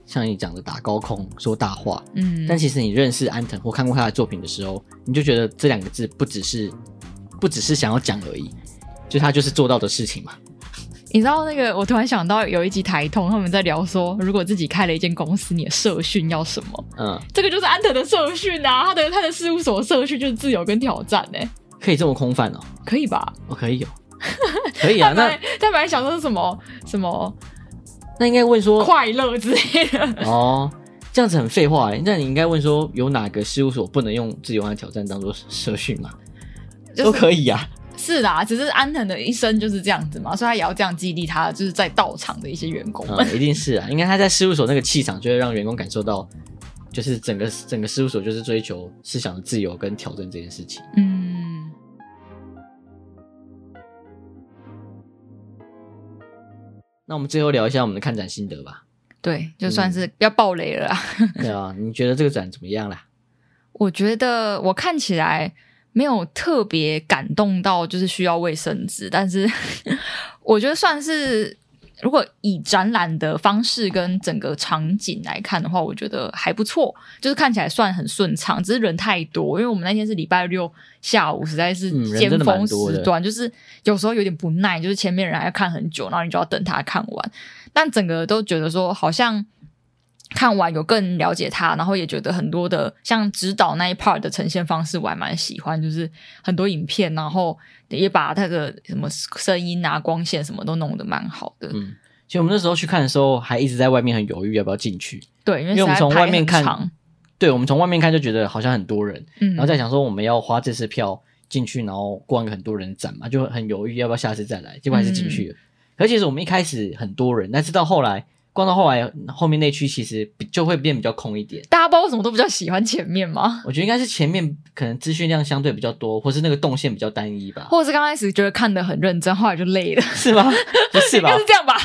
[SPEAKER 2] 像你讲的打高空说大话，
[SPEAKER 1] 嗯，
[SPEAKER 2] 但其实你认识安藤或看过他的作品的时候，你就觉得这两个字不只是不只是想要讲而已，就他就是做到的事情嘛。
[SPEAKER 1] 你知道那个，我突然想到有一集台通他们在聊说，如果自己开了一间公司，你的社训要什么？
[SPEAKER 2] 嗯，
[SPEAKER 1] 这个就是安藤的社训啊，他的他的事务所社训就是自由跟挑战呢、
[SPEAKER 2] 可以这么空泛哦，
[SPEAKER 1] 可以吧？
[SPEAKER 2] 哦 可以哦，可以啊。
[SPEAKER 1] 他本
[SPEAKER 2] 那
[SPEAKER 1] 来他本来想说是什么什么
[SPEAKER 2] 那应该问说
[SPEAKER 1] 快乐之类的，
[SPEAKER 2] 哦，这样子很废话哎。那你应该问说有哪个事务所不能用自由和挑战当做社训嘛？
[SPEAKER 1] 就是
[SPEAKER 2] 都可以 啊。
[SPEAKER 1] 是啦，只是安藤的一生就是这样子嘛，所以他也要这样激励他，就是在到场的一些员工们。
[SPEAKER 2] 嗯，一定是啊，应该他在事务所那个气场，就会让员工感受到，就是整个整个事务所就是追求思想的自由跟挑战这件事情。
[SPEAKER 1] 嗯，
[SPEAKER 2] 那我们最后聊一下我们的看展心得 吧。
[SPEAKER 1] 对，就算是要爆雷了啦。
[SPEAKER 2] 对啊，你觉得这个展怎么样啦？
[SPEAKER 1] 我觉得我看起来没有特别感动到，就是需要卫生纸，但是 我觉得算是。如果以展览的方式跟整个场景来看的话，我觉得还不错，就是看起来算很顺畅，只是人太多，因为我们那天是礼拜六下午，实在是
[SPEAKER 2] 嗯人
[SPEAKER 1] 尖
[SPEAKER 2] 真的蛮
[SPEAKER 1] 峰时
[SPEAKER 2] 多的
[SPEAKER 1] 段。短，就是有时候有点不耐，就是前面人还要看很久，然后你就要等他看完。但整个都觉得说，好像看完有更了解他，然后也觉得很多的像指导那一 part 的呈现方式，我还蛮喜欢，就是很多影片，然后也把他的什么声音啊、光线什么都弄得蛮好的。
[SPEAKER 2] 嗯，其实我们那时候去看的时候，还一直在外面很犹豫要不要进去。
[SPEAKER 1] 对，因为
[SPEAKER 2] 因为我们
[SPEAKER 1] 实在
[SPEAKER 2] 从外面
[SPEAKER 1] 排很
[SPEAKER 2] 看
[SPEAKER 1] 长
[SPEAKER 2] 对，我们从外面看就觉得好像很多人，
[SPEAKER 1] 嗯，
[SPEAKER 2] 然后再想说我们要花这次票进去，然后逛一个很多人的展嘛，就很犹豫要不要下次再来，结果还是进
[SPEAKER 1] 嗯
[SPEAKER 2] 去了。而且是我们一开始很多人，但是到后来逛到后来，后面那区其实比就会变比较空一点。
[SPEAKER 1] 大家不知道为什么都比较喜欢前面吗？
[SPEAKER 2] 我觉得应该是前面可能资讯量相对比较多，或是那个动线比较单一吧，
[SPEAKER 1] 或者是刚开始觉得看得很认真，后来就累了，
[SPEAKER 2] 是吗？不是
[SPEAKER 1] 应
[SPEAKER 2] 吧
[SPEAKER 1] 该？是这样吧？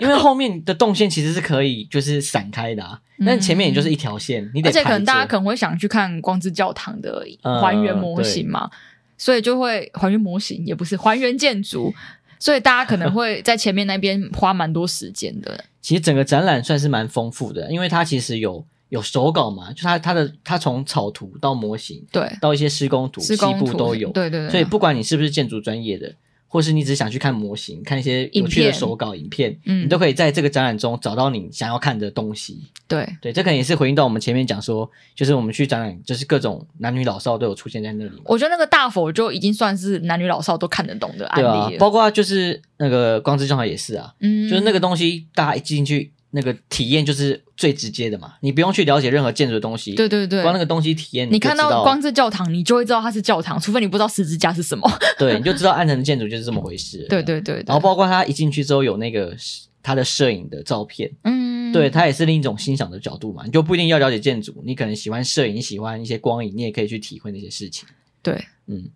[SPEAKER 2] 因为后面的动线其实是可以就是散开的、啊，
[SPEAKER 1] 嗯
[SPEAKER 2] 但前面也就是一条线，你得
[SPEAKER 1] 而且可
[SPEAKER 2] 排
[SPEAKER 1] 能
[SPEAKER 2] 着
[SPEAKER 1] 大家可能会想去看光之教堂的
[SPEAKER 2] 嗯
[SPEAKER 1] 还原模型嘛，所以就会还原模型也不是还原建筑，所以大家可能会在前面那边花蛮多时间的。
[SPEAKER 2] 其实整个展览算是蛮丰富的，因为它其实有有手稿嘛，就它它的它从草图到模型
[SPEAKER 1] 对，
[SPEAKER 2] 到一些施工图、
[SPEAKER 1] 施
[SPEAKER 2] 细
[SPEAKER 1] 工
[SPEAKER 2] 部
[SPEAKER 1] 图
[SPEAKER 2] 都有，
[SPEAKER 1] 对对对，
[SPEAKER 2] 所以不管你是不是建筑专业的，或是你只想去看模型、看一些有趣
[SPEAKER 1] 影
[SPEAKER 2] 的
[SPEAKER 1] 片
[SPEAKER 2] 手稿、影片，
[SPEAKER 1] 嗯
[SPEAKER 2] 你都可以在这个展览中找到你想要看的东西。
[SPEAKER 1] 对
[SPEAKER 2] 对，这可能也是回应到我们前面讲说，就是我们去展览，就是各种男女老少都有出现在那里嘛。
[SPEAKER 1] 我觉得那个大佛就已经算是男女老少都看得懂的案
[SPEAKER 2] 对啊
[SPEAKER 1] 例，了。
[SPEAKER 2] 包括就是那个光之教堂也是啊，
[SPEAKER 1] 嗯，
[SPEAKER 2] 就是那个东西，大家一进去，那个体验就是最直接的嘛，你不用去了解任何建筑的东西，
[SPEAKER 1] 对对对
[SPEAKER 2] 光。那个东西体验，
[SPEAKER 1] 你
[SPEAKER 2] 就
[SPEAKER 1] 看
[SPEAKER 2] 知道
[SPEAKER 1] 到光之教堂，你就会知道它是教堂，除非你不知道十字架是什么。
[SPEAKER 2] 对，你就知道暗城的建筑就是这么回事。
[SPEAKER 1] 对，对对对，
[SPEAKER 2] 啊然后包括他一进去之后有那个他的摄影的照片，
[SPEAKER 1] 嗯，
[SPEAKER 2] 对他也是另一种欣赏的角度嘛，你就不一定要了解建筑，你可能喜欢摄影，你喜欢一些光影，你也可以去体会那些事情。
[SPEAKER 1] 对，
[SPEAKER 2] 嗯，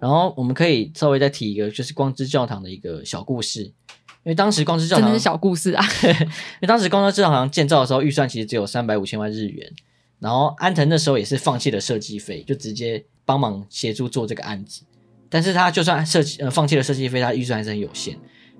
[SPEAKER 2] 然后我们可以稍微再提一个，就是光之教堂的一个小故事，因为当时光之教
[SPEAKER 1] 真
[SPEAKER 2] 堂
[SPEAKER 1] 的是小故事啊。
[SPEAKER 2] 因为当时光州教堂建造的时候，预算其实只有三百五千万日元，然后安藤那时候也是放弃了设计费，就直接帮忙协助做这个案子。但是他就算设计呃放弃了设计费，他预算还是很有限。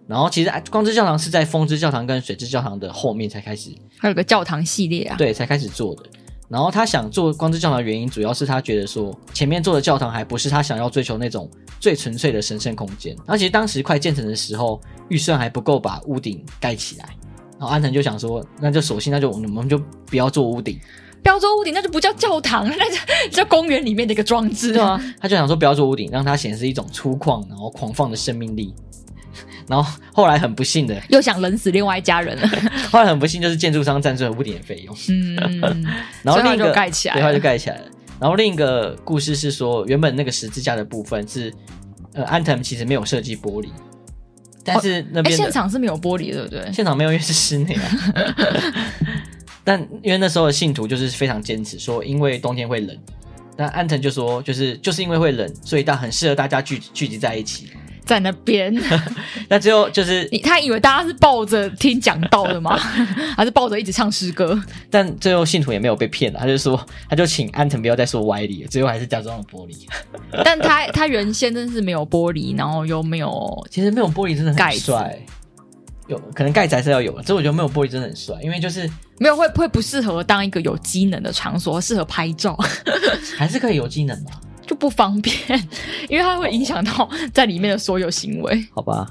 [SPEAKER 2] 然后其实安光之教堂是在风之教堂跟水之教堂的后面才开始，
[SPEAKER 1] 还有个教堂系列啊，
[SPEAKER 2] 对，才开始做的。然后他想做光之教堂的原因，主要是他觉得说前面做的教堂还不是他想要追求那种最纯粹的神圣空间。而且当时快建成的时候，预算还不够把屋顶盖起来。然然后安藤就想说，那就索性那就我们就不要做屋顶，
[SPEAKER 1] 标州屋顶那就不叫教堂，那就叫公园里面的一个装置
[SPEAKER 2] 对啊，他就想说不要做屋顶，让它显示一种粗犷然后狂放的生命力。 然后后来很不幸的，
[SPEAKER 1] 又想冷死另外一家 人了，
[SPEAKER 2] 后来很不幸就是建筑商占住了屋顶的费用，
[SPEAKER 1] 嗯，
[SPEAKER 2] 然后
[SPEAKER 1] 所以
[SPEAKER 2] 另
[SPEAKER 1] 它
[SPEAKER 2] 一
[SPEAKER 1] 就
[SPEAKER 2] 个
[SPEAKER 1] 盖起来
[SPEAKER 2] 对，它
[SPEAKER 1] 了
[SPEAKER 2] 就盖起来了。然后另一个故事是说，原本那个十字架的部分是，呃，安藤其实没有设计玻璃，但是那
[SPEAKER 1] 哎，
[SPEAKER 2] 边的、
[SPEAKER 1] 现场是没有玻璃的，对不对？
[SPEAKER 2] 现场没有，因为是室内啊。 但因为那时候的信徒就是非常坚持说，因为冬天会冷。但安藤就说，就是就是因为会冷，所以大很适合大家聚聚集在一起。
[SPEAKER 1] 在那边，
[SPEAKER 2] 那最后就是，
[SPEAKER 1] 你他以为大家是抱着听讲道的吗？还是抱着一直唱诗歌？
[SPEAKER 2] 但最后信徒也没有被骗了，啊他就说，他就请安藤不要再说歪理了，最后还是假装有玻璃。
[SPEAKER 1] 但他他原先真是没有玻璃，然后又没有
[SPEAKER 2] 其实没有玻璃真的
[SPEAKER 1] 盖
[SPEAKER 2] 很
[SPEAKER 1] 子
[SPEAKER 2] 帅，有可能盖子还是要有，这我觉得没有玻璃真的很帅，因为 就是
[SPEAKER 1] 没有会会不适合当一个有机能的场所，适合拍照
[SPEAKER 2] 还是可以有技能啊吧，
[SPEAKER 1] 就不方便，因为它会影响到在里面的所有行 为。
[SPEAKER 2] 好吧，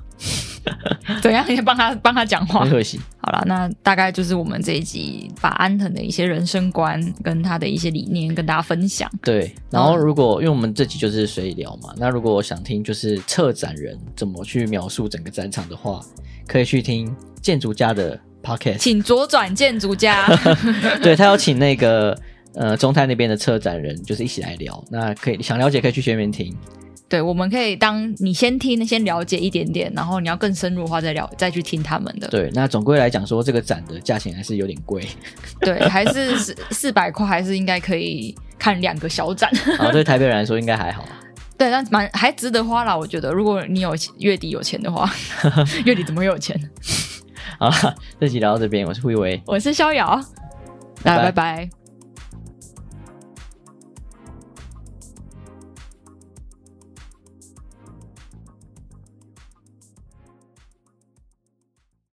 [SPEAKER 1] 怎样也帮他帮他讲话
[SPEAKER 2] 很。可惜。
[SPEAKER 1] 好了，那大概就是我们这一集把安藤的一些人生观跟他的一些理念跟大家分享。
[SPEAKER 2] 对，然后如果、因为我们这集就是随意聊嘛，那如果想听就是策展人怎么去描述整个展场的话，可以去听建筑家的 podcast，
[SPEAKER 1] 请左转建筑家，
[SPEAKER 2] 对他有请那个呃中泰那边的策展人，就是一起来聊。那可以想了解可以去前面听，
[SPEAKER 1] 对，我们可以当你先听，先了解一点点，然后你要更深入的话再聊，再去听他们的。
[SPEAKER 2] 对，那总归来讲说这个展的价钱还是有点 贵
[SPEAKER 1] 对，还是四四百块，还是应该可以看两个小展。
[SPEAKER 2] 啊，对台北人来说应该还好。
[SPEAKER 1] 对，但蛮还值得花啦。我觉得，如果你有钱月底有钱的话，月底怎么会有钱？
[SPEAKER 2] 好了，这集聊到这边，我是慧维。
[SPEAKER 1] 我是逍遥，大家
[SPEAKER 2] 拜拜
[SPEAKER 1] 拜拜